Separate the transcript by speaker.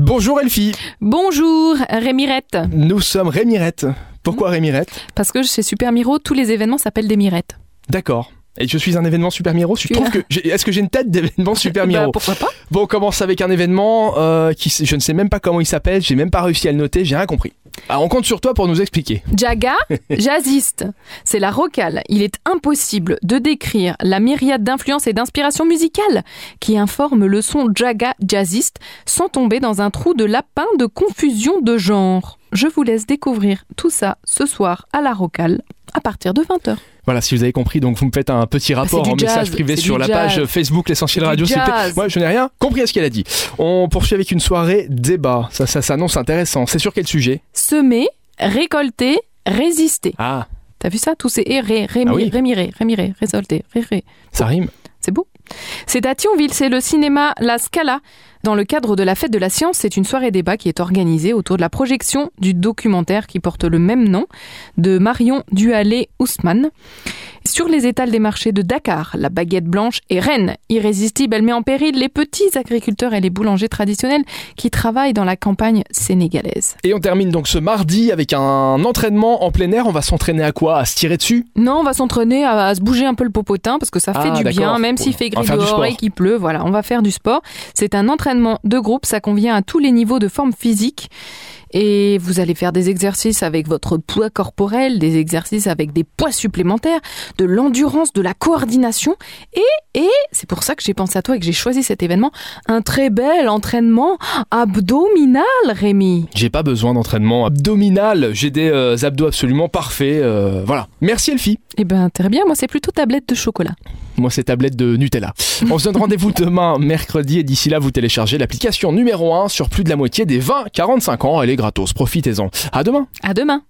Speaker 1: Bonjour Elfie,
Speaker 2: Bonjour, Rémirette.
Speaker 1: nous sommes Rémirette. Pourquoi Rémirette
Speaker 2: Parce que chez Super Miro, tous les événements s'appellent des mirettes.
Speaker 1: D'accord. Et je suis un événement Super Miro. Je
Speaker 2: Tu
Speaker 1: trouve
Speaker 2: es-
Speaker 1: que j'ai- est-ce que j'ai une tête d'événement Super
Speaker 2: Bah,
Speaker 1: Miro
Speaker 2: pourquoi pas
Speaker 1: Bon, on commence avec un événement euh, qui s- je ne sais même pas comment il s'appelle. J'ai même pas réussi à le noter. J'ai rien compris. Alors on compte sur toi pour nous expliquer.
Speaker 2: Jaga, jazziste. C'est la rocale. Il est impossible de décrire la myriade d'influences et d'inspirations musicales qui informent le son Jaga, jazziste, sans tomber dans un trou de lapin de confusion de genre. Je vous laisse découvrir tout ça ce soir à la rocale à partir de 20h.
Speaker 1: Voilà, si vous avez compris, donc vous me faites un petit rapport
Speaker 2: Bah, c'est du
Speaker 1: en message
Speaker 2: jazz,
Speaker 1: privé
Speaker 2: c'est
Speaker 1: sur
Speaker 2: du
Speaker 1: la
Speaker 2: jazz.
Speaker 1: page Facebook l'essentiel
Speaker 2: du
Speaker 1: radio. s'il te plaît.
Speaker 2: jazz.
Speaker 1: Moi, je n'ai rien compris à ce qu'elle a dit. On poursuit avec une soirée débat. Ça, ça s'annonce intéressant. C'est sur quel sujet
Speaker 2: Semer, récolter, résister.
Speaker 1: Ah,
Speaker 2: T'as vu ça Tous ces et, ré, ré, mi,
Speaker 1: Ah oui.
Speaker 2: ré, mi, ré, ré, mi, ré, résolter, ré, ré.
Speaker 1: ça rime.
Speaker 2: C'est beau. C'est à Thionville, c'est le cinéma La Scala. Dans le cadre de la Fête de la Science, c'est une soirée débat qui est organisée autour de la projection du documentaire qui porte le même nom de Marion Duhallet Ousmane. Sur les étals des marchés de Dakar, la baguette blanche est reine, irrésistible, elle met en péril les petits agriculteurs et les boulangers traditionnels qui travaillent dans la campagne sénégalaise.
Speaker 1: Et on termine donc ce mardi avec un entraînement en plein air. On va s'entraîner à quoi À se tirer dessus
Speaker 2: Non, on va s'entraîner à, à se bouger un peu le popotin parce que ça
Speaker 1: Ah,
Speaker 2: fait du bien,
Speaker 1: d'accord.
Speaker 2: même s'il fait
Speaker 1: On va
Speaker 2: gris
Speaker 1: faire du
Speaker 2: dehors
Speaker 1: sport.
Speaker 2: et qu'il pleut. Voilà, on va faire du sport. C'est un entraînement de groupe, ça convient à tous les niveaux de forme physique. Et vous allez faire des exercices avec votre poids corporel, des exercices avec des poids supplémentaires, de l'endurance, de la coordination. Et, et c'est pour ça que j'ai pensé à toi et que j'ai choisi cet événement. Un très bel entraînement abdominal, Rémi.
Speaker 1: J'ai pas besoin d'entraînement abdominal. J'ai des euh, abdos absolument parfaits. euh, voilà. Merci Elfie.
Speaker 2: Eh ben, très bien. Moi, c'est plutôt tablette de chocolat.
Speaker 1: Moi, c'est tablette de Nutella. On se donne rendez-vous demain, mercredi, et d'ici là, vous téléchargez l'application numéro 1 sur plus de la moitié des 20-45 ans. Elle est gratos. Profitez-en. À demain.
Speaker 2: À demain.